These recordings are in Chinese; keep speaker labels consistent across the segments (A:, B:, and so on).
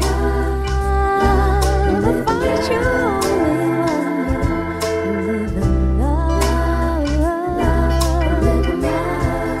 A: Love, find you only one. Live in love, live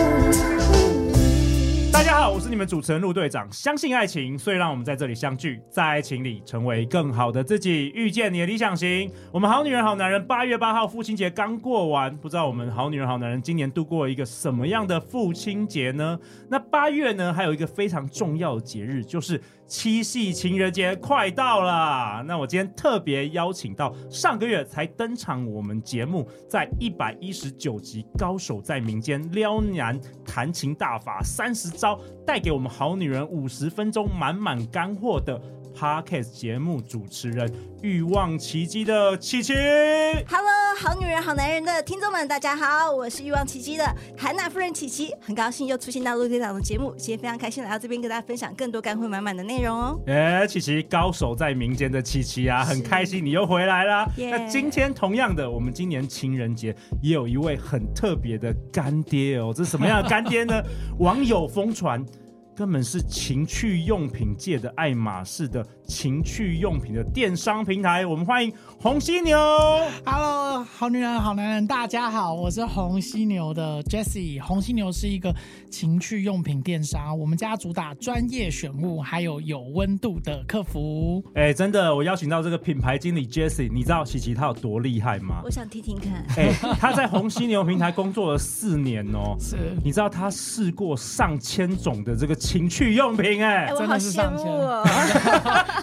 A: in love.
B: 大家好，我是你们主持人陆队长。相信爱情，所以让我们在这里相聚，在爱情里成为更好的自己，遇见你的理想型。我们好女人好男人，八月八号父亲节刚过完，不知道我们好女人好男人今年度过一个什么样的父亲节呢？那八月呢，还有一个非常重要的节日，就是七夕情人节快到了。那我今天特别邀请到上个月才登场我们节目，在一百一十九集《高手在民间》撩男弹琴大法三十招，带给我们好女人五十分钟满满干货的 Podcast 节目主持人欲望奇迹的琪琪。
C: Hello，好女人、好男人的听众们，大家好，我是欲望奇迹的韩娜夫人琪琪，很高兴又出现到陆队长的节目，今天非常开心来到这边跟大家分享更多干货满满的内容哦。
B: 哎，琪琪，高手在民间的琪琪啊，很开心你又回来啦。
C: 耶
B: 那今天同样的，我们今年情人节也有一位很特别的干爹哦，这是什么样的干爹 呢？网友疯传。根本是情趣用品界的爱马仕的情趣用品的电商平台，我们欢迎红犀牛。
D: Hello，好女人、好男人，大家好，我是红犀牛的 Jessie。红犀牛是一个情趣用品电商，我们家主打专业选物，还有有温度的客服。
B: 哎，真的，我邀请到这个品牌经理 Jessie，你知道琪琪她有多厉害吗
C: 我？想听听看，
B: 哎，她在红犀牛平台工作了四年哦，
D: 是
B: 你知道他试过上千种的这个情趣用品哎、
C: 哎、我
D: 真
C: 好
D: 的是
C: 羡
D: 上
C: 慕
D: 线
C: 哦，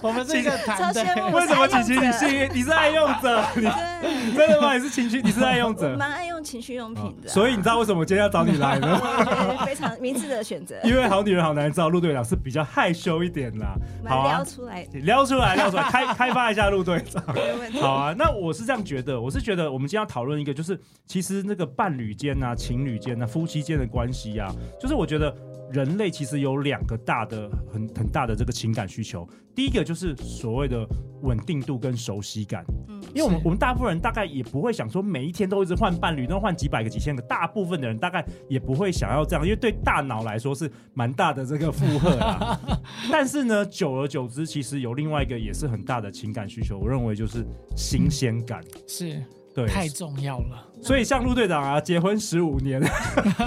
D: 我们是一个团队
C: 超，羡慕
B: 为什么琪
C: 哎我是
B: 琪
C: 爱
B: 你
C: 用者
B: 是一个你是爱用者？ 你
C: 对，
B: 真的吗？你是情趣，你是爱用
C: 我
B: 者，
C: 蛮爱用情绪用品 的啊、
B: 所以你知道为什么我今天要找你来 呢？
C: 我觉得非常明智的选择，
B: 因为好女人好男人知道陆队长是比较害羞一点啦。
C: 蛮
B: 好啊
C: 撩，出来的，
B: 撩出来，撩出来，开开发一下陆队长。
C: 没问 题。
B: 好啊，那我是这样觉得，我是觉得我们今天要讨论一个，就是其实那个伴侣间啊、情侣间啊、夫妻间的关系啊，就是我觉得人类其实有两个大的、很很大的这个情感需求，第一个就是所谓的稳定度跟熟悉感，
C: 嗯
B: 因为我们
D: 是
B: 我们大部分人大概也不会想说每一天都一直换伴侣，都换几百个、几千个，大部分的人大概也不会想要这样，因为对大脑来说是蛮大的这个负荷 啦。但是呢，久而久之，其实有另外一个也是很大的情感需求，我认为就是新鲜感。
D: 是
B: 对，
D: 太重要了。
B: 所以像陆队长啊，结婚十五年，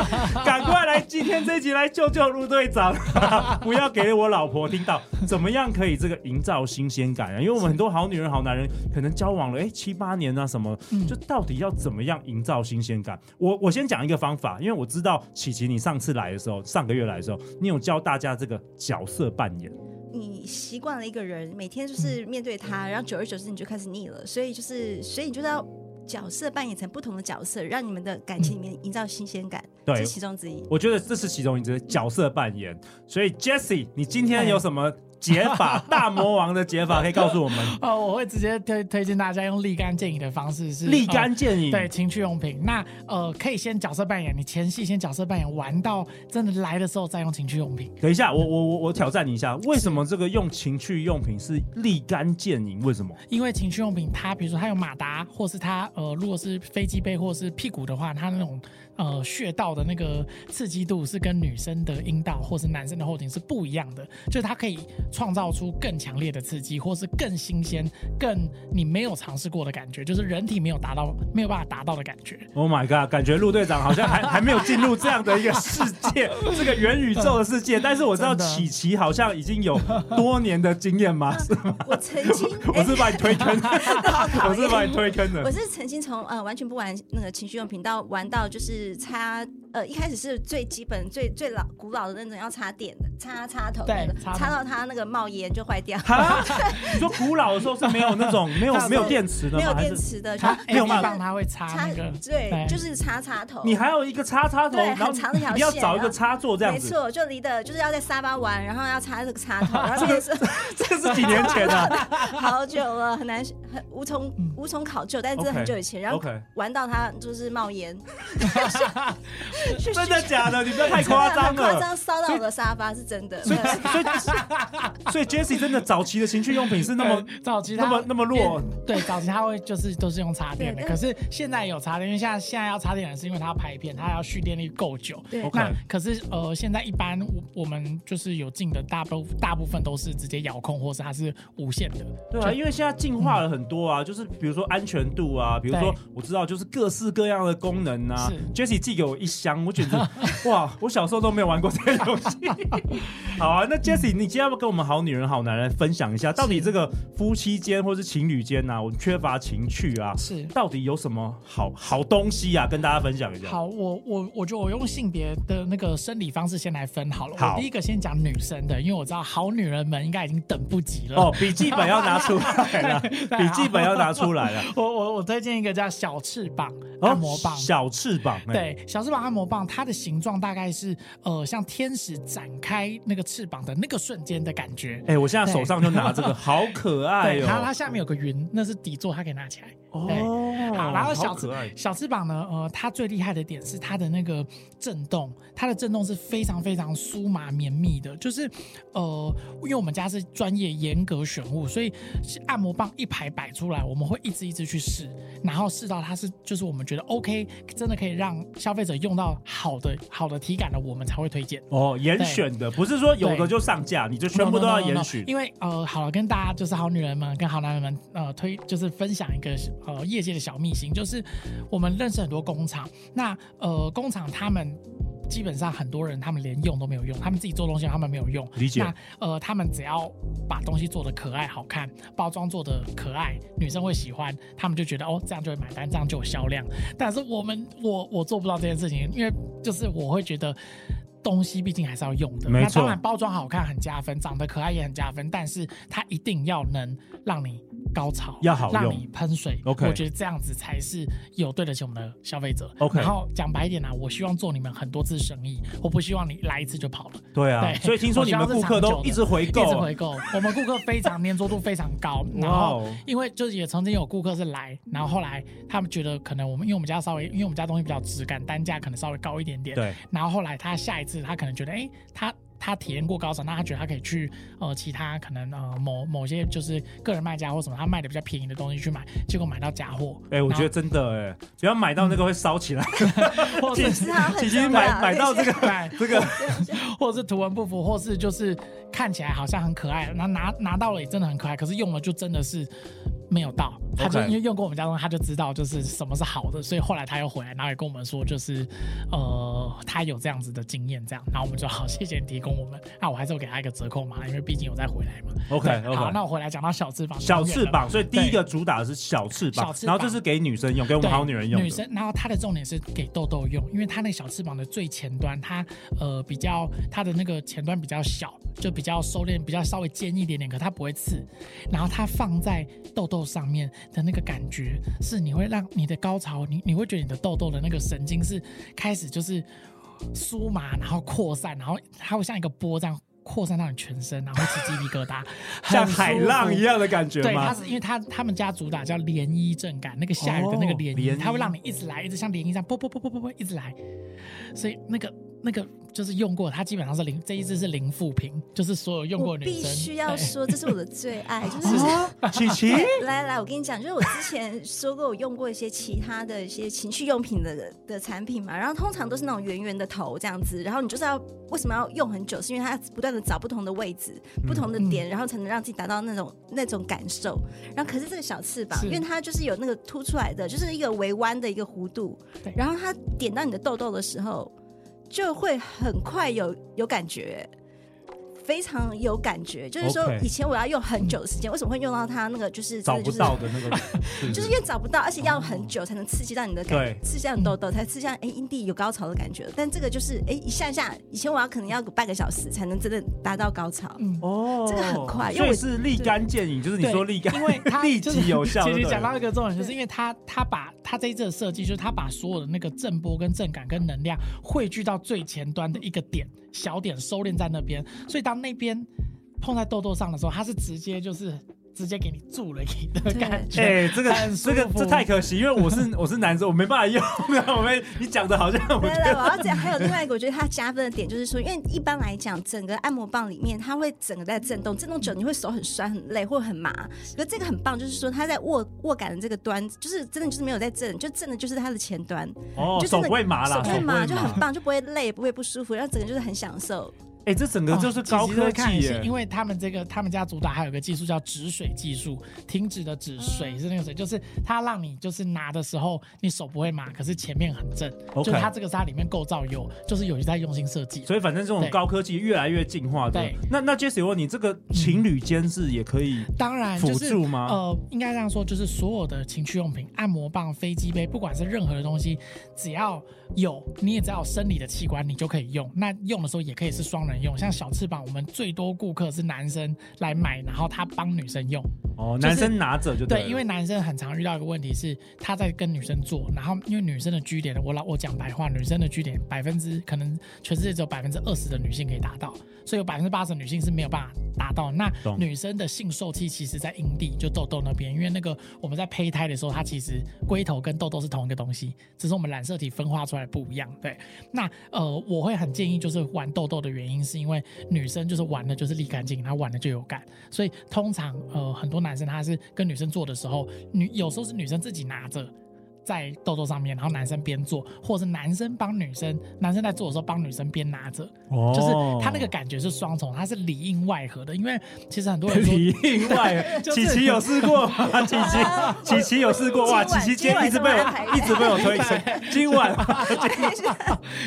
B: 赶快来今天这一集来救救陆队长， 不要给我老婆听到，怎么样可以这个营造新鲜感啊？因为我们很多好女人、好男人可能交往了哎七八年啊什么，
D: 嗯
B: 就到底要怎么样营造新鲜感？我我先讲一个方法，因为我知道琪琪你上次来的时候，上个月来的时候，你有教大家这个角色扮演。
C: 你习惯了一个人，每天就是面对他，然后久而久之你就开始腻了，所以就是，所以你就是要角色扮演成不同的角色，让你们的感情里面营造新鲜感，
B: 对
C: 这是其中之一。
B: 我觉得这是其中一只角色扮演。所以 Jesse，你今
C: 哎
B: 天有什么解 法？大魔王的解法可以告诉我们？
D: 呃，我会直接推推荐大家用立竿见影的方式是哦
B: 立竿见
C: 哦
B: 影，
D: 对，情趣用品。那呃，可以先角色扮演，你前戏先角色扮演，玩到真的来的时候再用情趣用品。
B: 等一下，我我我我挑战你一下，为什么这个用情趣用品是立竿见影？为什么？
D: 因为情趣用品它，比如说它有马达，或是它呃，如果是飞机杯或是屁股的话，它那种呃穴道的那个刺激度是跟女生的阴道或是男生的后庭是不一样的，就是它可以创造出更强烈的刺激，或是更新鲜、更你没有尝试过的感觉，就是人体没有达到、没有办法达到的感觉。
B: Oh my god！感觉陆队长好像还还没有进入这样的一个世界，这个元宇宙的世界。但是我知道
D: 真的
B: 琪琪好像已经有多年的经验 嘛，是吗？，
C: 我曾经
B: 我是把你推坑，
C: 哎 好讨厌
B: 我是把你推坑
C: 我
B: 的。
C: 是曾经从呃完全不玩那个情绪用品，到玩到就是擦呃一开始是最基本最最老古老的那种要插电的插插头那个
D: 对，插头
C: 插到它那个冒烟就坏掉，
B: 哈，你说古老的时候是没有那种没有
C: 它是
B: 没有电池的吗？
C: 没有
B: 还是
C: 电池的，就
D: 它
B: 没有
D: A
B: 办法
D: 棒它会插
C: 插
D: 那个，
C: 对
D: 对，
C: 就是插插头。
B: 你还有一个插插头，
C: 对
B: 然后
C: 很长的一条线
B: 你要找一个插座这样
C: 没
B: 子。
C: 错，就离的就是要在沙发玩，然后要插这个插 头，然后这是
B: 这个是几年前的、啊。
C: 好久了，很难很无从无从考究，但是真的
B: OK，
C: 很久以前，然后
B: OK
C: 玩到它就是冒烟，
B: 真的假的？你不要太
C: 真的
B: 夸
C: 很
B: 张
C: 夸
B: 了。
C: 张，烧到我的沙发是真的。
B: 所以所以所以 Jessie 真的早期的情趣用品是那么
D: 对早期
B: 那
D: 它
B: 么那么弱，
D: 对，早期它会就是都是用插电的，
C: 对
D: 可是现在有插电，因为现在现在要插电的是因为它要拍片，它要蓄电力够久。
C: 对
B: OK
D: 那可是呃，现在一般我我们就是有进的大部大部分都是直接遥控，或是它是无线的。
B: 对啊，因为现在进化了很多啊，就是比如说安全度啊，比如说
D: 嗯对
B: 我知道就是各式各样的功能啊。Jessie 寄给我一箱，我觉 得哇，我小时候都没有玩过这个游戏。好啊，
D: 嗯
B: 那 Jessie，你今天要不要跟我们好女人好男人分享一下，到底这个夫妻间或是情侣间啊，我们缺乏情趣啊，
D: 是
B: 到底有什么好好东西啊，跟大家分享一下。
D: 好，我我我觉得我用性别的那个生理方式先来分好了。
B: 好
D: 我第一个先讲女生的，因为我知道好女人们应该已经等不及了。
B: 哦，笔记本要拿出来了，
D: 对
B: 笔记本要拿出来了。
D: 我我我推荐一个叫小翅膀
B: 哦
D: 按摩棒。
B: 小翅膀，哎，
D: 对，嗯小翅膀按摩棒，它的形状大概是呃，像天使展开那个翅膀的那个瞬间的感觉。哎
B: 哎，我现在手上就拿这个，好可爱
D: 对，它它
B: 哦。
D: 下面有个云，那是底座，它可以拿起来。
B: 哦，
D: 好，然后小
B: 好
D: 翅
B: 可爱，
D: 小翅膀呢，呃，它最厉害的点是它的那个震动，它的震动是非常非常酥麻绵密的，就是呃，因为我们家是专业严格选物，所以呃按摩棒一排摆出来，我们会一支一支去试，然后试到它是就是我们觉得 OK，真的可以让消费者用到好的好的体感的，我们才会推荐。
B: 哦，严选的，不是说有的就上架，你就全部都要
D: No, no, no, no,
B: 严
D: no
B: 选。
D: 因为呃，好了，跟大家就是好女人们跟好男人们呃推就是分享一个呃业界的小秘辛，就是我们认识很多工厂，那呃工厂他们。基本上很多人他们连用都没有用，他们自己做东西他们没有用。
B: 理解
D: 那呃，他们只要把东西做的可爱好看，包装做的可爱，女生会喜欢，他们就觉得哦这样就会买单，这样就有销量。但是我们我我做不到这件事情，因为就是我会觉得东西毕竟还是要用的。
B: 没
D: 那
B: 错
D: 当然包装好看很加分，长得可爱也很加分，但是它一定要能让你高潮，
B: 要好用
D: 让你喷水。
B: OK
D: 我觉得这样子才是有对得起我们的消费者。
B: OK
D: 然后讲白一点啊，我希望做你们很多次生意，我不希望你来一次就跑了。
B: 对啊，
D: 对
B: 所以听说你们顾客都一直回
D: 一直
B: 购，。
D: 回购，我们顾客非常粘着度非常高 然
B: 哇
D: 后
B: 哦
D: 因为就是也曾经有顾客是来，然后后来他们觉得可能我们因为我们家稍微因为我们家东西比较质感，单价可能稍微高一点点。
B: 对。
D: 然后后来他下一次他可能觉得，哎、他。他体验过高潮，那他觉得他可以去呃其他可能呃某某些就是个人卖家或什么，他卖的比较便宜的东西去买，结果买到假货。
B: 哎，我觉得真的哎，不要买到那个会烧起来，
D: 得 或者
B: 姐
D: 是
C: 是啊很
B: 姐姐
C: 重要
B: 买买到这个
D: 对
B: 这个
D: 或者是图文不符，或是就是看起来好像很可爱，然后拿拿到了也真的很可爱，可是用了就真的是没有到。他就
B: OK
D: 因为用过我们家东西，他就知道就是什么是好的，所以后来他又回来，然后也跟我们说，就是呃，他有这样子的经验，这样，然后我们就好，谢谢你提供我们，那我还是有给他一个折扣嘛，因为毕竟有再回来嘛。
B: OK
D: 好，那
B: OK。
D: 我回来讲到小翅膀，
B: 小
D: 讲远
B: 翅
D: 了
B: 膀，所以第一个主打的是小翅膀
D: 小，翅
B: 然
D: 膀
B: 后这是给女生用，给我们
D: 对
B: 好女人用的。
D: 女生，然后它的重点是给痘痘用，因为它那个小翅膀的最前端，它呃比较它的那个前端比较小，就比较收敛，比较稍微尖一点点，可它不会刺。然后它放在痘痘上面的那个感觉，是你会让你的高潮，你你会觉得你的痘痘的那个神经是开始就是酥麻，然后扩散，然后它会像一个波这样。扩散到你全身，然后起鸡皮 疙瘩，
B: 像
D: 很舒
B: 海浪
D: 服
B: 一样的感觉
D: 对，它
B: 吗？
D: 是因为它他们家主打叫涟漪震感，那个下雨的那个
B: 哦
D: 涟
B: 涟
D: 漪，
B: 漪
D: 它会让你一直来，一直像涟漪这样，啵啵啵啵啵啵一直来。所以那个那个就是用过，它基本上是零，这一支是零负评，就是所有用过
C: 我
D: 的女
C: 必
D: 生
C: 须要
D: 对
C: 说，这是我的最 爱，就是
B: 啊，琪琪，
C: 来来来，我跟你讲，就是我之前说过，我用过一些其他的一些情趣用品的的产品嘛，然后通常都是那种圆圆的头这样子，然后你就是要为什么要用很久，是因为它不断的找不同的位置、不同的点，然后才能让自己达到那种那种感受。然后可是这个小翅膀，
D: 是
C: 因为它就是有那个凸出来的，就是一个微弯的一个弧度
D: 对，
C: 然后它点到你的痘痘的时候，就会很快有有感觉。非常有感觉，就是说
B: OK
C: 以前我要用很久的时间，为什么会用到它那个就是
B: 找
C: 真的
B: 不
C: 就是
B: 到的那 个，
C: 就是因为找不到，而且要很久才能刺激到你的
B: 对
C: 感，刺激到你痘痘，才刺激到哎阴蒂有高潮的感觉。但这个就是哎一下下，以前我要可能要个半个小时才能真的达到高潮。
D: 嗯
B: 哦，
C: 这个很快因
B: 所
C: 为
B: 以
C: 我
B: 是立竿见影，就是你
D: 对
B: 说立竿，
D: 因为它
B: 立
D: 就是
B: 即有效。
D: 其
B: 对
D: 实
B: 不对
D: 讲到一个重点，就是因为它它把它这一次的设计，就是它把所有的那个震波跟震感跟能量汇聚到最前端的一个点小点收敛在那边，所以当那边碰在痘痘上的时候，它是直接就是直接给你注了你的
C: 对
D: 感觉。
B: 哎、这个
D: 很舒
B: 这个这
D: 服
B: 太可惜，因为我是 我是男生，我没办法用。我们你讲的好像 我
C: 来
B: 觉
C: 来，
B: 得
C: 我要讲，还有另外一个，我觉得它加分的点就是说，因为一般来讲，整个按摩棒里面它会整个在震动，震动久你会手很酸、很累或很麻。可这个很棒，就是说它在握握感的这个端，就是真的就是没有在震，就震的就是它的前端，
B: 哦，
C: 就
B: 手
C: 真的
B: 不会麻啦，
C: 手不会麻，就很
B: 哎、
C: 棒，就不会累，不会不舒服，然后整个就是很享受。
B: 这整个就是高科
D: 哦其实看
B: 技
D: 也
B: 耶
D: 是，因为他们这个他们家主打还有一个技术叫止水技术，停止的止水是那个水，就是它让你就是拿的时候你手不会麻，可是前面很正
B: OK
D: 就是它这个是它里面构造有就是有在用心设计。
B: 所以反正这种
D: 对
B: 高科技越来越进化的
D: 对。
B: 那那 Jesse 问你，这个情侣监视也可以
D: 当然
B: 辅
D: 就是
B: 助吗
D: 呃，应该这样说，就是所有的情趣用品、按摩棒、飞机杯，不管是任何的东西，只要有，你也只要有生理的器官，你就可以用。那用的时候也可以是双人用，像小翅膀，我们最多顾客是男生来买，然后他帮女生用。
B: 哦，
D: 就
B: 男
D: 是
B: 生拿着就
D: 对，
B: 了
D: 因为男生很常遇到一个问题是，他在跟女生做，然后因为女生的居点，我老我讲白话，女生的居点百分之可能全世界只有百分之二十的女性可以达到，所以有百分之八十的女性是没有办法达到。那
B: 懂
D: 女生的性受器其实在阴蒂，就痘痘那边，因为那个我们在胚胎的时候，它其实龟头跟痘痘是同一个东西，只是我们染色体分化出来不一样。对，那呃，我会很建议就是玩痘痘的原因，是因为女生就是玩的就是立竿见影，她玩的就有感，所以通常呃很多男生他是跟女生做的时候，女有时候是女生自己拿着。在痘痘上面，然后男生边做，或者是男生帮女生，男生在做的时候帮女生边拿着，
B: 哦
D: 就是他那个感觉是双重，它是里应外合的。因为其实很多 人说，
B: 里应外，
D: 就是哦
B: 琪琪有试过吗？琪琪，琪琪有试过哇！琪
C: 今晚
B: 琪今天一直被
C: 今晚安排一
B: 我
C: 下
B: 一直被我 推坑，今晚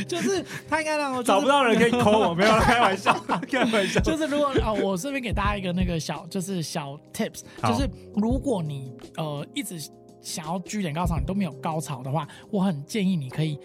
D: 就是他应该让我就是
B: 找不到人可以抠我，没有啦 开玩笑，开玩笑。
D: 就是如果啊、我这边给大家一个那个小，就是小 tips，
B: 好
D: 就是如果你呃一直想要居点高潮，你都没有高潮的话，我很建议你可以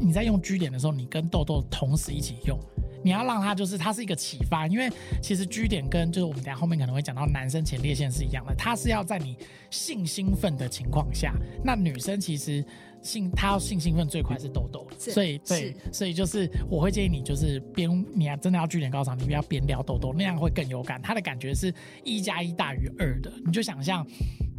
D: 你在用居点的时候，你跟豆豆同时一起用。你要让它就是它是一个启发，因为其实居点跟就是我们等一下后面可能会讲到男生前列腺是一样的，它是要在你性兴奋的情况下，那女生其实性她要性兴奋最快是豆豆，
C: 是
D: 所以对
C: 是
D: 所以就是我会建议你，就是边你啊要真的要据点高潮，你不要边撩痘痘，那样会更有感。它的感觉是一加一大于二的，你就想象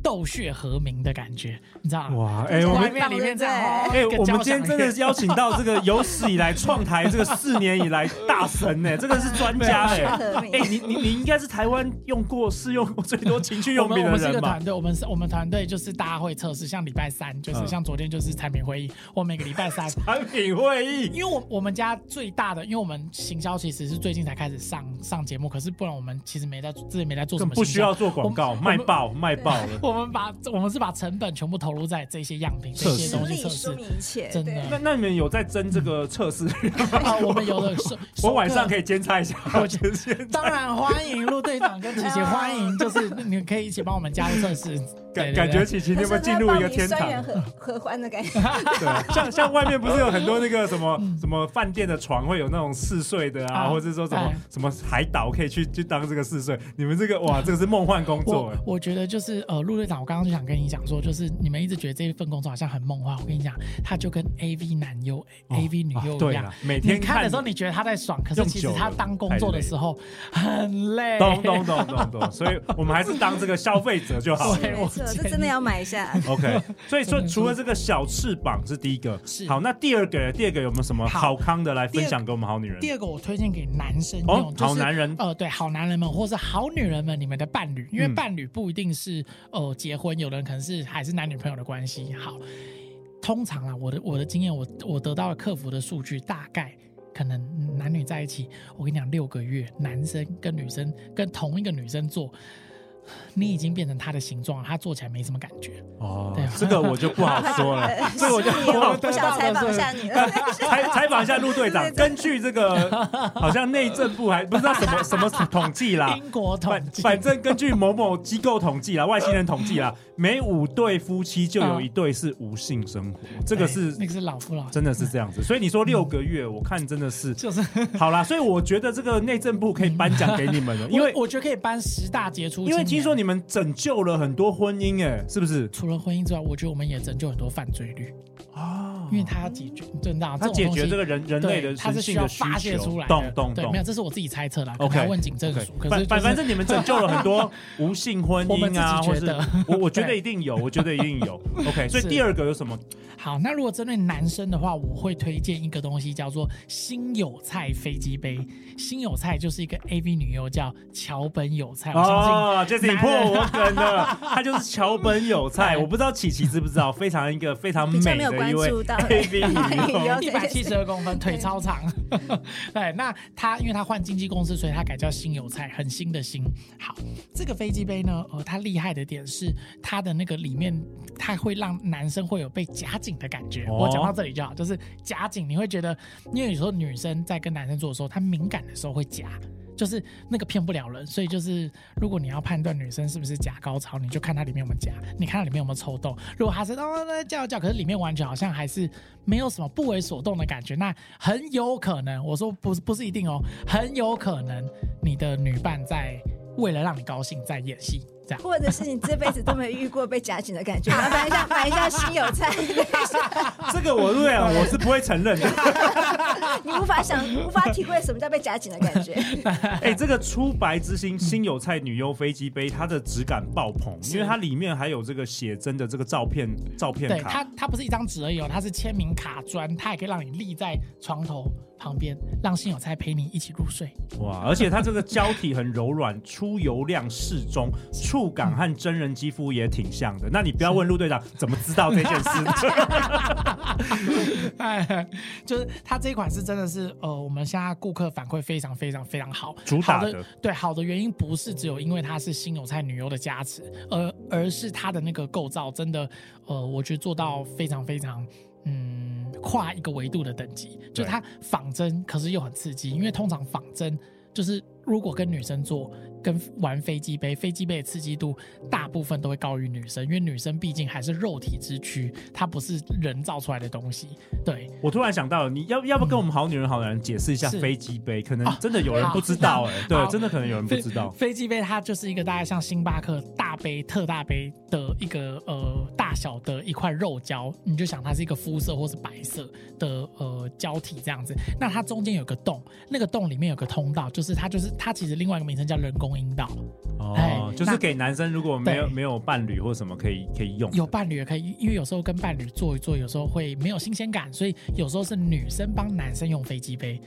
D: 斗血和鸣的感觉，你知道吗？
B: 哇，哎，我
D: 外
B: 们
D: 面里面这样，哦
B: 哎、我们今天真的是邀请到这个有史以来创台这个四年以来大神呢、这个是专家哎、
C: 是的
B: 哎、你你你应该是台湾用过试用过最多情趣
D: 我
B: 用
D: 们
B: 品的
D: 我们是一
B: 人
D: 个
B: 吧
D: 团？队，我们是我们团队就是大家会测试，像礼拜三就是、
B: 嗯
D: 像昨天就是产品会议，我每个礼拜三
B: 产品会议，
D: 因为我我们家最大的，因为我们行销其实是最近才开始上上节目，可是不然我们其实没在之前没在做什
B: 更
D: 么，
B: 不需要。做广告，
D: 我们
B: 卖爆卖爆了。
D: 我们把我们是把成本全部投入在这些样品、这
B: 测试
D: 些
C: 实
D: 东西
C: 力
D: 测
C: 说
D: 试。
C: 明一切，
D: 真的
C: 对
B: 那那你们有在争这个测试？
D: 啊，我们有 的是，
B: 我晚上可
D: 以。
B: 以监察一下，
D: 我
B: 我 觉得
D: 当然欢迎陆队长跟琪 琪，欢迎，就是你可以一起帮我们加入测试。对
B: 感
D: 对
B: 感觉
D: 对
B: 琪琪你有没有进入一个天
C: 酸
B: 堂
C: 软？合合欢的感觉，
B: 对，像像外面不是有很多那个什 么什么饭店的床会有那种嗜睡的啊，
D: 嗯啊
B: 或者是说什么
D: 哎
B: 什么海岛可以去去当这个嗜睡。你们这个哇，这个是梦幻工作
D: 我
B: 哎。
D: 我觉得就是呃，陆队长，我刚刚就想跟你讲说，就是你们一直觉得这份工作好像很梦幻，我跟你讲，它就跟 AV 男优、AV 哎女
B: 哦
D: 优
B: 对
D: 一样
B: 啦，每天
D: 你看的时候
B: 你
D: 你觉得他在爽，可是
B: 用
D: 其实
B: 久
D: 他
B: 了
D: 当工
B: 太
D: 作的
B: 累
D: 时候很累。
B: 懂懂懂懂懂，所以我们还是当这个消费者就好 了。
D: 对
C: 没错，
D: 我
C: 这
D: 建
C: 真的
D: 议
C: 要买一下。
B: OK，所以说
D: 真的是
B: 除了这个小翅膀是第一个，
D: 是
B: 好，那第二个第二个有没有什么好
D: 好
B: 康的来
D: 第二
B: 分享给我们好女人？
D: 第二个我推荐给男生用，
B: 哦，
D: 就是
B: 好男人嗯
D: 呃，对，好男人们或是好女人们，你们的伴侣，因为伴侣不一定是呃结婚，有的人可能是还是男女朋友的关系。好，通常啊，我的我的经验，我我得到了客服的数据，大概可能男女在一起，我跟你讲，六个月，男生跟女生跟同一个女生做。你已经变成他的形状了，他做起来没什么感觉。
B: 哦
D: 对，
B: 这个我就不好说 了，这 个我就不好
C: 我想采访一下你 了。
B: 采采访一下陆队长，根据这个好像内政部还不知道什么什么统计啦，
D: 英国统
B: 反
D: 计，
B: 反正根据某某机构统计啦，外星人统计啦，每五对夫妻就有一对是无性生活，这个是
D: 对 那个是老夫老妻，
B: 真的是这样子。所以你说六个月，我看真的是
D: 就是
B: 好啦，所以我觉得这个内政部可以颁奖给你们了，因为
D: 我我觉得可以颁十大杰出，
B: 因为听说你们拯救了很多婚姻，哎，是不是？
D: 除了婚姻之外，我觉得我们也拯救很多犯罪率，
B: 啊
D: 因为它解决，真的啊，
B: 他解决这个
D: 个
B: 人人类
D: 对，
B: 的
D: 它
B: 神
D: 是需
B: 性
D: 要
B: 的需
D: 发泄
B: 求，
D: 出来的。
B: 懂懂
D: 对，
B: 懂
D: 没有，。这是我自己猜测啦，可能
B: OK，
D: 要问警政
B: OK，
D: 署。可
B: 反
D: 是
B: 反
D: 就
B: 反
D: 是
B: 正你们拯救了很 多无性婚
D: 我们
B: 姻啊，
D: 自己
B: 或
D: 觉
B: 是
D: 得
B: 我我觉得一定有，我觉得一定 有。OK，所以
D: 是
B: 第二个有什么？
D: 好，那如果针对男生的话，我会推荐一个东西叫做新有菜飞机杯。新有菜就是一个 AV 女优叫桥本有菜，我相信、
B: 哦，这是你
D: 男
B: 破
D: 人
B: 我梗的， 他就是桥本有菜。
D: 哎
B: 我不知道琪琪知不知道，非常一个非常
C: 比较
B: 美
C: 没有
B: 的
C: 关
B: 一位
C: 注 到
B: AV 女优。
C: 有
D: 一百七十二公分，腿超长。对，那他因为他换经纪公司，所以他改叫新油菜，很新的新。好，这个飞机杯呢，呃，它厉害的点是它的那个里面，它会让男生会有被夹紧的感觉。
B: 哦
D: 我讲到这里就好，就是夹紧，你会觉得，因为有时候女生在跟男生做的时候，她敏感的时候会夹。就是那个骗不了人，所以就是如果你要判断女生是不是假高潮，你就看她里面有没有假，你看她里面有没有抽动。如果她是哦那叫叫，可是里面完全好像还是没有什么不为所动的感觉，那很有可能，我说不是不是一定哦，很有可能你的女伴在为了让你高兴在演戏，这样。
C: 或者是你这辈子都没遇过被夹紧的 感觉，麻烦一下买一下新油菜，
B: 这个我对啊，我是不会承认的。
C: 你无法想无法体会什么叫被夹紧的感觉。
B: 哎、这个初白之
D: 嗯
B: 星新有菜女优飞机杯，它的质感爆棚，因为它里面还有这个写真的这个照片照片
D: 对
B: 卡
D: 它，它不是一张纸而已哦，它是签名卡砖，它也可以让你立在床头旁边，让新友菜陪你一起入睡。
B: 哇！而且它这个胶体很柔软，出油量适中，触感和真人肌肤也挺像的。那你不要问陆队长怎么知道这件 事，
D: 哎，就是它这一款是真的是呃，我们现在顾客反馈非常非常非常好，
B: 主打
D: 好
B: 的
D: 的对好的原因不是只有因为它是新有菜女优的加持，而而是它的那个构造真的呃，我觉得做到非常非常。嗯，跨一个维度的等级，就
B: 对
D: 它仿真，可是又很刺激，因为通常仿真就是如果跟女生做，跟玩飞机杯，飞机杯的刺激度大部分都会高于女生，因为女生毕竟还是肉体之躯，它不是人造出来的东西。对，
B: 我突然想到了，你要要不跟我们好女人好男人解释一下
D: 是哦
B: 飞机杯？可能
D: 啊
B: 真的有人不知道哎、对，
D: 好
B: 真的可能有人不知道。
D: 飞机杯它就是一个大概像星巴克大杯、特大杯的一个呃大小的一块肉胶，你就想它是一个肤色或是白色的呃胶体这样子。那它中间有个洞，那个洞里面有个通道，就是它就是它其实另外一个名称叫人工阴道，哎
B: 哦，就是
D: 那
B: 给男生如果没有
D: 对
B: 没有伴侣或什么可以可以用的
D: 有伴侣也可以，因为有时候跟伴侣做一做，有时候会没有新鲜感，所以有时候是女生帮男生用飞机杯，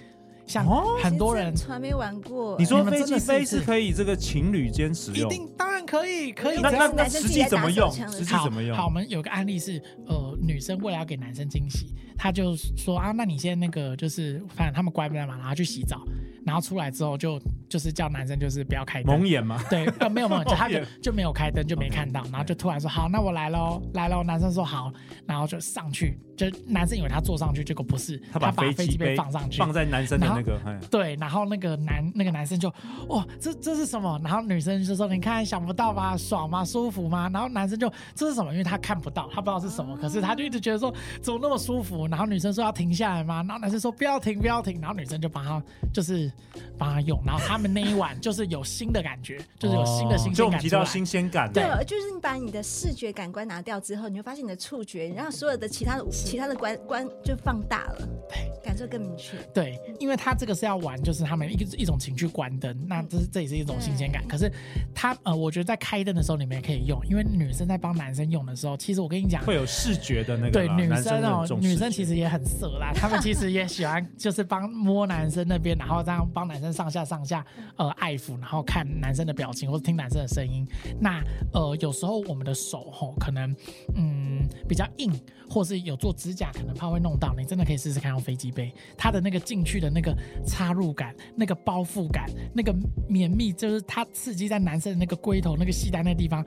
D: 像 很多人
C: 从来没玩过。
B: 你说
D: 哎你们
B: 飞
D: 真
B: 机
D: 的
B: 杯
D: 是
B: 是可以这个情侣间使
D: 一
B: 用？
D: 定当然可以，可以
B: 那那
D: 这样
C: 是
B: 那
C: 男生
B: 实
C: 自己
B: 际
C: 在
B: 怎
C: 打
B: 么
C: 手
B: 用？
C: 枪的
B: 实际
D: 好
B: 怎么用？
D: 好，我们有个案例是，呃，女生为了要给男生惊喜，她就说啊，那你先那个就是，反正他们乖不乖嘛，然后去洗澡，然后出来之后就就是叫男生就是不要开灯
B: 蒙。眼吗？
D: 对，呃，没有 没有，就他就
B: 蒙哎
D: 就没有开灯，就没看到，然后就突然说好，那我来喽，来喽。男生说好，然后就上去，就男生以为他坐上去，结果不是，
B: 他把
D: 他飞
B: 飞机
D: 杯
B: 杯
D: 放上去，
B: 放在男生的那个，哎
D: 对，然后那个男那个男生就哇，这这是什么？然后女生就说：“你看，想不到吧？爽吗？舒服吗？”然后男生就这是什么？因为他看不到，他不知道是什
B: 啊
D: 么，可是他就一直觉得说怎么那么舒服。然后女生说要停下来吗？然后男生说不要停，不要停。然后女生就帮他就是帮他用，然后他们那一晚就是有新的感觉，就是有新的新
B: 哦就
D: 鲜
B: 我们
D: 感
B: 提
D: 出
B: 到
D: 来。
B: 新鲜感，
C: 对，就是你把你的视觉感官拿掉之后，你会发现你的触觉，然后所有的其他的其他的官官就放大了，
D: 对，嗯
C: 感受更明确。
D: 对，因为他这个是要玩，就是他们一个一种情绪关灯，那这是这也是一种新鲜感。可是他呃，我觉得在开灯的时候你们也可以用，因为女生在帮男生用的时候，其实我跟你讲。
B: 会有视觉的那个
D: 对
B: 啦。
D: 女
B: 男
D: 生
B: 真的很
D: 哦
B: 重，视
D: 女生其实也很色啦，她们其实也喜欢就是帮摸男生那边，然后这样帮男生上下上下呃爱抚，然后看男生的表情或者听男生的声音。那呃有时候我们的手吼、可能嗯比较硬，或是有做指甲可能怕会弄到，你真的可以试试看用飞机杯，它的那个进去的那个插入感、那个包覆感、那个绵密，就是它刺激在男生的那个龟头、那个系带那个地方，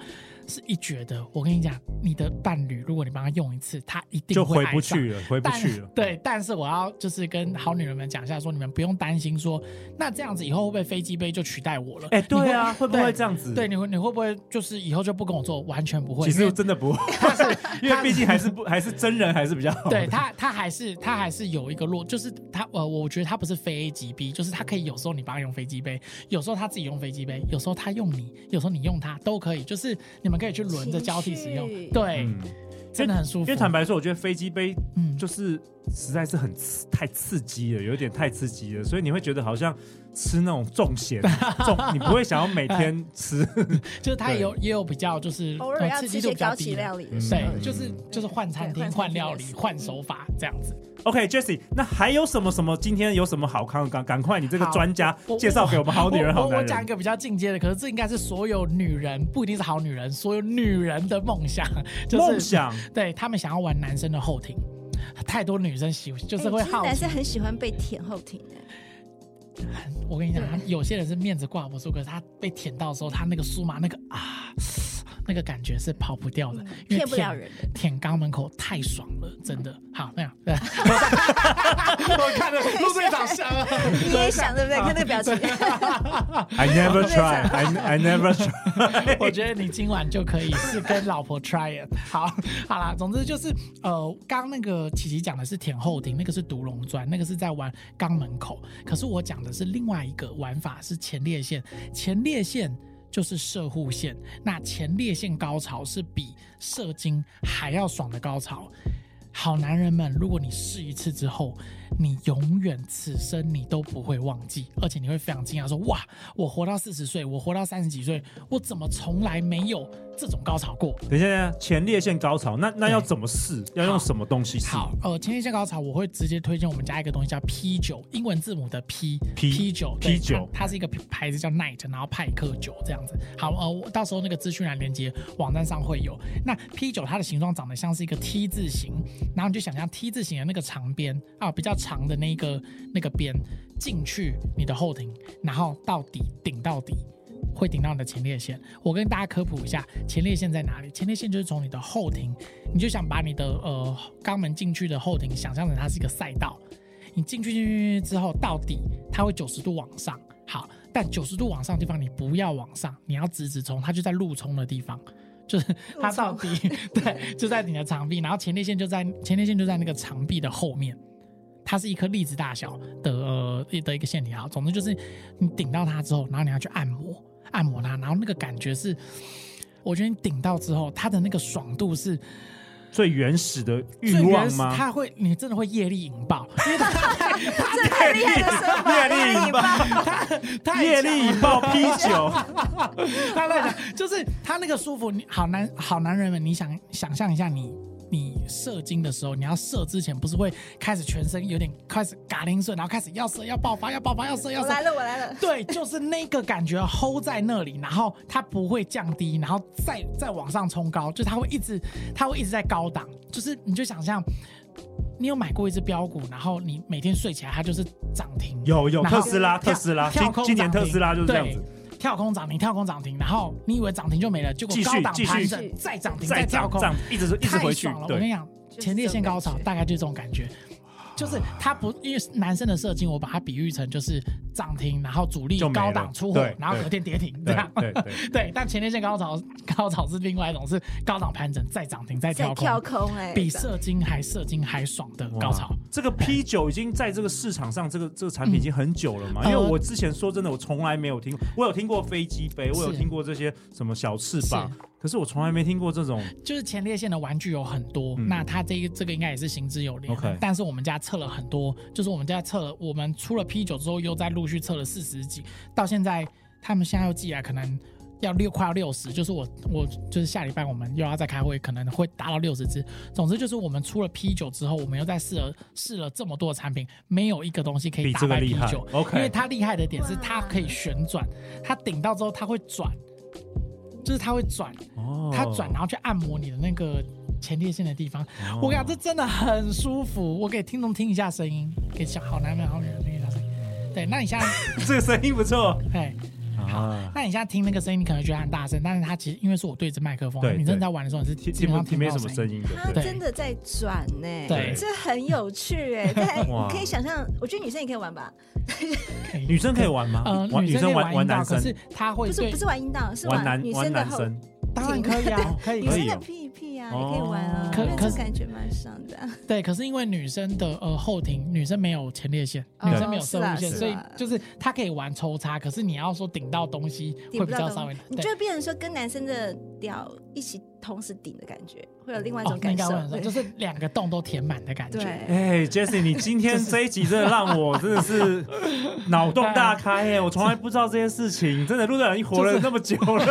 D: 是一绝的。我跟你讲，你的伴侣，如果你帮他用一次，他一定
B: 就
D: 会
B: 回
D: 爱
B: 不
D: 上
B: 去了，回不
D: 但
B: 去了。 嗯
D: 对，但是我要就是跟好女人们讲一下说你们不用担心说，那这样子以后会不会飞机杯就取代我了？
B: 哎，对啊，会不会
D: 对
B: 这样子？
D: 对，，你会你会不会就是以后就不跟我做？完全不会，
B: 其
D: 因
B: 实
D: 为
B: 真的不会，
D: 他是
B: 因为毕竟还是不还是真人还是比较好。
D: 对，他，他还是他还是有一个落，就是他呃，我觉得他不是非 A 即 B，就是他可以有时候你帮他用飞机杯，有时候他自己用飞机杯，有时候他用你，有时候你用他都可以，就是你们可以去轮着交替使用
C: 情绪，
D: 对，
B: 嗯，
D: 真的很舒服。
B: 因为坦白说，我觉得飞机杯
D: 嗯，
B: 就是实在是很刺太刺激了，有点太刺激了，所以你会觉得好像吃那种重 咸重，你不会想要每天吃。
D: 就是他
B: 对
D: 也有也有比较就是
C: 偶尔
D: 呃
C: 要
D: 刺
C: 吃
D: 激度
C: 些
D: 比较
C: 高
D: 低
C: 级
D: 的
C: 料理的
B: 嗯
C: 时
D: 对
C: 候，，
D: 就是就是换餐
C: 对换餐
D: 厅、
C: 厅
D: 换料理、
C: 也是
D: 换手法这样子。
B: OK, Jesse，那还有什么什么？今天有什么好康的？赶赶快，你这个
D: 好
B: 专家
D: 我
B: 介绍给我们好女人、好
D: 我我我
B: 男
D: 讲一
B: 人。
D: 个比较进阶的，可是这应该是所有女人，不一定是好女人，所有女人的梦想， 就是
B: 梦想
D: 对他们想要玩男生的后庭。太多女生喜，就
C: 哎
D: 是会
C: 其实
D: 好
C: 男
D: 奇
C: 生。很喜欢被舔后庭哎，
D: 我跟你讲，有些人是面子挂不住，可是他被舔到的时候，他那个酥麻，那个啊，那个感觉是跑不掉的
C: 嗯，
D: 因为
C: 骗不了人的。
D: 舔肛门口太爽了，真的。好，那样。 对我看着陆队长笑了。
C: 你也想对不对？看那个 表情，
B: I never try, I I never try。
D: 我觉得你今晚就可以是跟老婆 try it。好，好啦，总之就是呃，刚那个琪琪讲的是舔后庭，那个是独龙钻，那个是在玩肛门口。可是我讲的是另外一个玩法，是前列腺，前列腺。就是射护腺，那前列腺高潮是比射精还要爽的高潮。好男人们，如果你试一次之后，你永远此生你都不会忘记，而且你会非常惊讶说：“哇，我活到四十岁，我活到三十几岁，我怎么从来没有这种高潮过
B: 等一下，前列腺高潮，那那
D: 对
B: 要怎么试？要用什么东西？”试？
D: 好，呃，前列腺高潮我会直接推荐我们家一个东西叫 P 酒，英文字母的 P
B: P
D: 酒
B: P 酒
D: 它它是一个牌子叫 Night，然后派克酒这样子。好，呃，我到时候那个资讯栏连接网站上会有。那 P 酒它的形状长得像是一个 T 字形，然后你就想象 T 字形的那个长边啊，比较长的那个那个边进去你的后庭，然后到底顶到底。会顶到你的前列腺。我跟大家科普一下，前列腺在哪里？前列腺就是从你的后庭，你就想把你的呃肛门进去的后庭想象成它是一个赛道，你进去进去进去之后到底它会九十度往上。好，但九十度往上的地方你不要往上，你要直直冲，它就在路冲的地方。就是它到底 对，就在你的肠壁，然后前列腺就在前列腺就在那个肠壁的后面，它是一颗粒子大小的呃的一个腺体啊。总之就是你顶到它之后，然后你要去按摩按摩它，然后那个感觉是，我觉得你顶到之后，它的那个爽度是
B: 最原始的欲
D: 最原
B: 望
D: 始
B: 吗？
D: 它会你真的会业力引爆，因为它
C: 这太厉害 了，是
B: 业
C: 吧
B: 力引爆，
D: 太
B: 业
D: 强
B: 力
D: 了
B: 引爆啤酒。
D: 他在讲，就是他那个舒服，你好男好男人们，你想想象一下你。你射精的时候，你要射之前，不是会开始全身有点开始嘎铃顺，然后开始要射要爆发要爆发要 射要
C: 我
D: 射，
C: 来了，我来了。
D: 对，就是那个感觉 hold 在那里，然后它不会降低，然后再再往上冲高，就它会一直，它会一直在高档，就是你就想象，你有买过一只标股，然后你每天睡起来它就是涨停，
B: 有有
D: 然后
B: 特斯拉，
D: 跳
B: 特斯拉，今
D: 跳空
B: 今年
D: 涨
B: 特
D: 停
B: 斯拉就是这样
D: 对
B: 子。
D: 跳空涨停，跳空涨停，然后你以为涨停就没了，结果
B: 继续
D: 高档
B: 继续
D: 盘整，再涨停，
B: 再
D: 跳
B: 涨
D: 空，
B: 涨，一直一直
D: 太
B: 回去
D: 爽了。。我跟你
B: 对，
D: 讲，前列腺高潮大概就这种感觉，就是它不因为男生的射精，我把它比喻成就是涨停，然后主力
B: 就没了
D: 高档出货
B: 对，
D: 然后
B: 对
D: 核电跌停这
B: 对
D: 样。
B: 对对。
D: 对，但前列腺高潮高潮是另外一种，是高档盘整再涨停再
C: 在
D: 跳空，
C: 跳空哎，
D: 比射精还射精还爽的高潮
B: 哇。这个 P 酒已经在这个市场上，这个这个产品已经很久了嘛？因
D: 嗯
B: 为我之前说真的，我从来没有听，我有听过飞机杯，我有
D: 是
B: 听过这些什么小翅膀，可是我从来没听过这种。
D: 就是前列腺的玩具有很多，
B: 嗯
D: 那它这一这个应该也是行之有年。
B: OK
D: 但是我们家测了很多，就是我们家测了，我们出了 P 九之后，又在陆续测了四十几，到现在他们现在又寄来，可能要六快要六十，就是我我就是下礼拜我们又要再开会，可能会达到六十只。总之就是我们出了 P 九之后，我们又在试了试了这么多的产品，没有一个东西可以
B: 比
D: 打
B: 这个
D: 败
B: 厉
D: P
B: 害
D: 九，
B: OK
D: 因为它厉害的点是它可以旋转，它顶到之后它会转。就是它会转，
B: 哦
D: 它转，然后去按摩你的那个前列腺的地方。
B: 哦
D: 我跟 你讲，这真的很舒服。我给听众听一下声音，给小好男人、好女人听一下声音。对，那你现在，
B: 这个声音不错。
D: 哎， 好，
B: 啊，
D: 那你现在听那个声音，你可能觉得很大声，但是它其实因为是我对着麦克风，
B: 对
D: 你真
B: 对
D: 的在玩的时候你是
B: 听
D: 基
B: 听不
D: 本上
B: 听
D: 听
B: 没
D: 不到
B: 什么
D: 声
B: 声
D: 音。
B: 音
C: 他
B: 的，
D: 对
C: 真的在转呢、
D: 对
C: 这很有趣 哎、但
B: 哇
C: 你可以想象，我觉得女生也可以玩吧，
B: 女生可以玩吗？
D: 呃，
B: 玩
D: 女
B: 生
D: 生
B: 玩
D: 玩
B: 男
D: 可
B: 生，
D: 是他会
C: 不是
D: 对
C: 不，是玩阴道，是
B: 玩男
C: 女
B: 玩
C: 生的
B: 男
C: 后，
B: 生，
D: 当然可 以啊，可以
C: 女
B: 可以
C: 生的
B: 哦
C: 屁屁啊，
B: 哦
C: 也可以玩啊，
D: 可
C: 那
D: 可
C: 种
D: 是
C: 感觉蛮像 的啊。
D: 对，可是因为女生的呃后庭，女生没有前列腺，
C: 哦
D: 女生没有射物
C: 是啊
D: 线，
C: 是啊
D: 所以就是她可以玩抽插，可是你要说顶到东西
C: 顶不
D: 会比
C: 到
D: 较
C: 东
D: 稍微
C: 你就
D: 对。
C: 会变成说跟男生的屌一起同时顶的感觉，会有另外一
D: 哦
C: 种，
D: 那应
C: 感受
D: 该会很，
C: 对
D: 爽，就是两个洞都填满的感觉。
C: 对。
B: 哎、j e s s e 你今天这一集真的让我真的是脑洞大 开
D: 啊
B: 哎耶！我从来不知道这些事情，真的陆队长已经活了那么久了，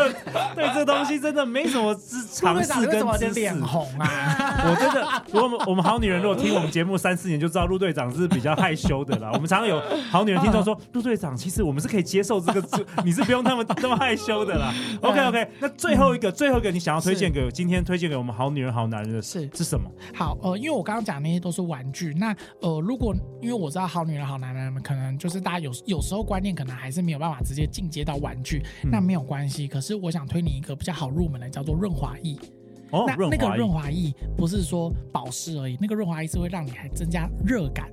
B: 对这东西真的没什么知尝
D: 为
B: 试
D: 啥为什
B: 跟
D: 么你
B: 知识
D: 脸。红啊？
B: 我真的，我们我们好女人如果听我们节目三四年，就知道陆队长是比较害羞的啦。我们常常有好女人听众说，陆队长其实我们是可以接受这个，你是不用那么那么害羞的啦。OK
D: 嗯
B: OK，那最后一个最后一个你想要推荐给今天推荐给我们好女人好男人的
D: 是
B: 是什么？
D: 好，呃，因为我刚刚讲那些都是玩具，那呃，如果因为我知道好女人、好男人们可能就是大家有有时候观念可能还是没有办法直接进阶到玩具，
B: 嗯
D: 那没有关系。可是我想推你一个比较好入门的，叫做润滑液。
B: 哦
D: 那，
B: 润
D: 那
B: 滑
D: 个
B: 液
D: 润。滑液不是说保湿而已，那个润滑液是会让你还增加热感。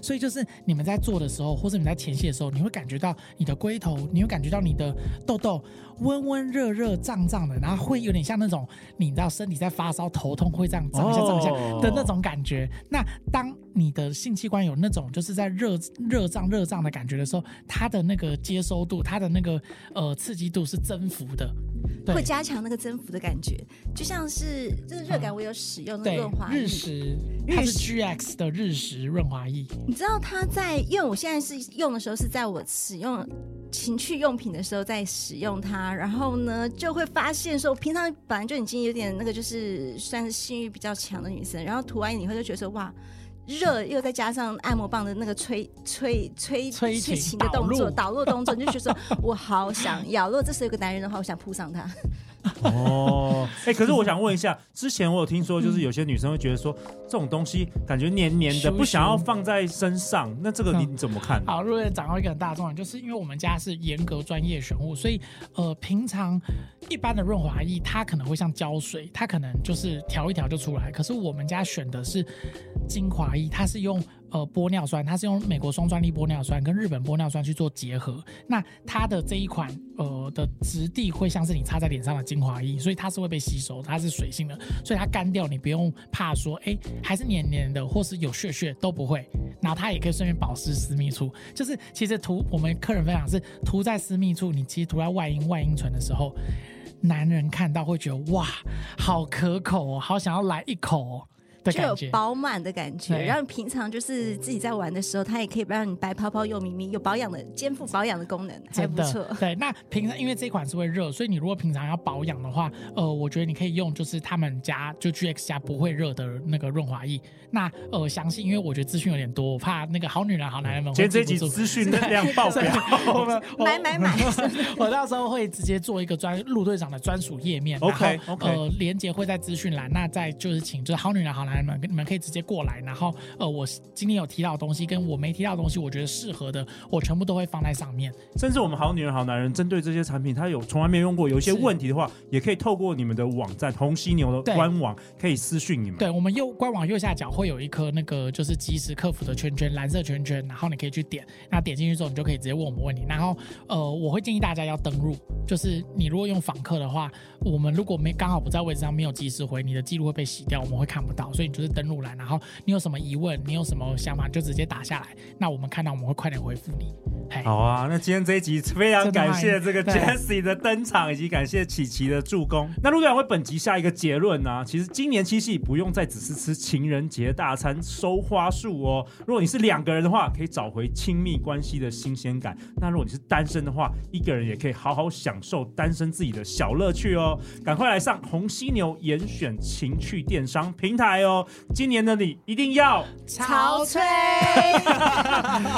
D: 所以就是你们在做的时候，或者你在前戏的时候，你会感觉到你的龟头，你会感觉到你的痘痘温温热热胀胀的，然后会有点像那种你知道身体在发烧、头痛会这样胀一下、胀一下
B: 哦
D: 的那种感觉。那当你的性器官有那种就是在热热胀热胀的感觉的时候，它的那个接收度，它的那个呃刺激度是增幅的，对
C: 会加强那个增幅的感觉，就像是这个热感，我有使用那个
D: 对
C: 润滑液
D: 日，食，
C: 日
D: 它是
C: 食
D: GX 的日食润滑液，
C: 你知道它在，因为我现在是用的时候是在我使用情趣用品的时候在使用它，然后呢就会发现说，我平常本来就已经有点那个，就是算是性欲比较强的女生，然后涂完以后就觉得说哇。热又再加上按摩棒的那个吹吹吹
D: 催情
C: 情的动
D: 导
C: 作、
D: 入
C: 导落动作，你就觉得说我好想要。如果这时候有个男人的话，我想扑上他。
B: 哦， 哎、可是我想问一下，之前我有听说，就是有些女生会觉得说，这种东西感觉黏黏的，
D: 羞羞
B: 不想要放在身上，那这个你
D: 嗯
B: 你怎么看？
D: 好，瑞瑞讲到一个很大的重点，就是因为我们家是严格专业选物，所以呃，平常一般的润滑液它可能会像胶水，它可能就是调一调就出来。可是我们家选的是精华液，它是用呃玻尿酸，它是用美国双专利玻尿酸跟日本玻尿酸去做结合。那它的这一款呃的质地会像是你擦在脸上的精华液，所以它是会被吸收的，它是水性的，所以它干掉你不用怕说哎、还是黏黏的或是有屑屑都不会。然后它也可以顺便保湿私密处。就是其实涂我们客人分享是涂在私密处，你其实涂在外阴外阴唇的时候，男人看到会觉得哇，好可口哦，好想要来一口哦的
C: 就
D: 感
C: 有
D: 觉。
C: 饱满的感觉。
D: 对
C: 然后平常就是自己在玩的时候，它也可以让你白泡泡又咪咪，有保养的肩负保养的功能，还
D: 真
C: 不错
D: 的。，对。那平常因为这款是会热，所以你如果平常要保养的话，呃，我觉得你可以用就是他们家就 GX 家不会热的那个润滑液。那呃，详细因为我觉得资讯有点多，我怕那个好女人、好男人们
B: 今
D: 会
B: 天这
D: 记
B: 一集
D: 不住。
B: 资讯量爆表，
D: 我们我
C: 买买买！
D: 我到时候会直接做一个专陆队长的专属页面
B: OK，
D: 然后
B: OK
D: 呃，连接会在资讯栏，那再就是请就是好女人好男人们，你们可以直接过来，然后呃，我今天有提到的东西跟我没提到的东西，我觉得适合的，我全部都会放在上面。
B: 甚至我们好女人、好男人针对这些产品，他有从来没用过，有一些
D: 是
B: 问题的话，也可以透过你们的网站红犀牛的
D: 对
B: 官网，可以私讯你们。
D: 对，我们右官网右下角会有一颗那个就是即时客服的圈圈，蓝色圈圈，然后你可以去点，那点进去之后你就可以直接问我们问题。然后呃，我会建议大家要登录，就是你如果用访客的话，我们如果没刚好不在位置上没有及时回，你的记录会被洗掉，我们会看不到，所以你就是登录栏，然后你有什么疑问，你有什么想法你就直接打下来，那我们看到我们会快点回复你。嘿，
B: 好啊，那今天这一集非常感谢这个
D: 真的蛮
B: Jessie 的登场，以及感谢琪琪的助攻。那陆队长为本集下一个结论呢、其实今年七夕不用再只是吃情人节大餐收花束哦。如果你是两个人的话，可以找回亲密关系的新鲜感；那如果你是单身的话，一个人也可以好好享受单身自己的小乐趣哦。赶快来上红犀牛严选情趣电商平台哦！今年的你一定要。啊
C: 潮吹。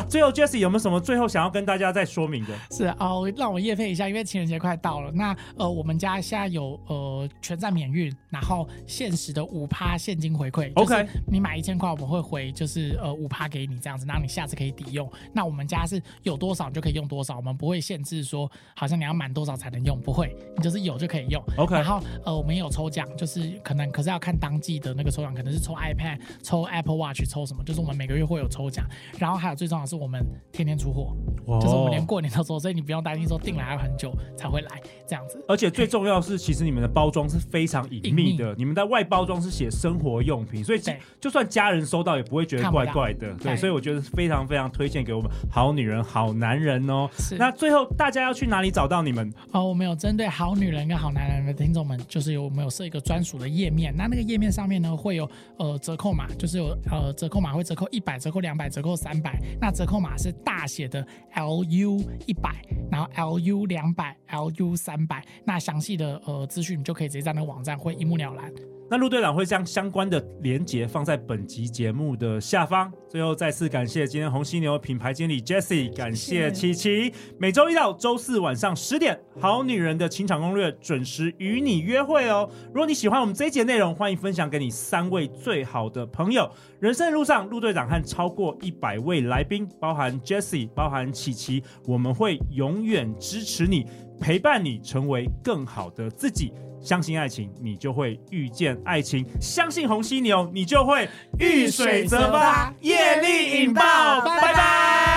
B: 最后 Jesse 有没有什么最后想要跟大家再说明的？
D: 是哦，让我夜配一下，因为情人节快到了。那呃，我们家现在有呃全站免运，然后限时的五趴现金回馈。就是
B: OK
D: 你买一千块，我们会回就是呃五趴给你这样子，让你下次可以抵用。那我们家是有多少你就可以用多少，我们不会限制说好像你要满多少才能用，不会，你就是有就可以用。
B: OK
D: 然后呃，我们也有抽奖，就是可能可是要看当季的那个抽奖，可能是抽 iPad、抽 Apple Watch、抽什么，就是我们每个月会有抽奖。然后还有最重要的是，我们天天出货。就是我们
B: 哦
D: 连过年都做，所以你不用担心说订来要很久才会来这样子。
B: 而且最重要的是，其实你们的包装是非常隐秘的，你们在外包装是写生活用品，所以
D: 对
B: 就算家人收到也不会觉得
D: 看不
B: 怪
D: 到
B: 怪的。对，
D: 对
B: 所以我觉得非常非常推荐给我们好女人、好男人哦。
D: 是
B: 那最后大家要去哪里找到你们？
D: 哦，我们有针对好女人跟好男人的听众们，就是有我们有设一个专属的页面，那那个页面上面呢会有呃折扣码，就是有呃折扣码会折扣一百、折扣两百、折扣三百，那折扣码是大写的 L U 一百，然后 L U 两百、L U 三百，那详细的呃资讯你就可以直接在那个网站会一目了然。
B: 那陆队长会将相关的连结放在本集节目的下方。最后再次感谢今天红犀牛品牌经理 Jesse，感谢琪琪。每周一到周四晚上十点，《好女人的情场攻略》准时与你约会哦。如果你喜欢我们这一节内容，欢迎分享给你三位最好的朋友。人生的路上，陆队长和超过一百位来宾，包含 Jesse，包含琪琪，我们会永远支持你，陪伴你成为更好的自己。相信爱情，你就会遇见爱情；相信红犀牛，你就会遇水则发，业力引爆。拜拜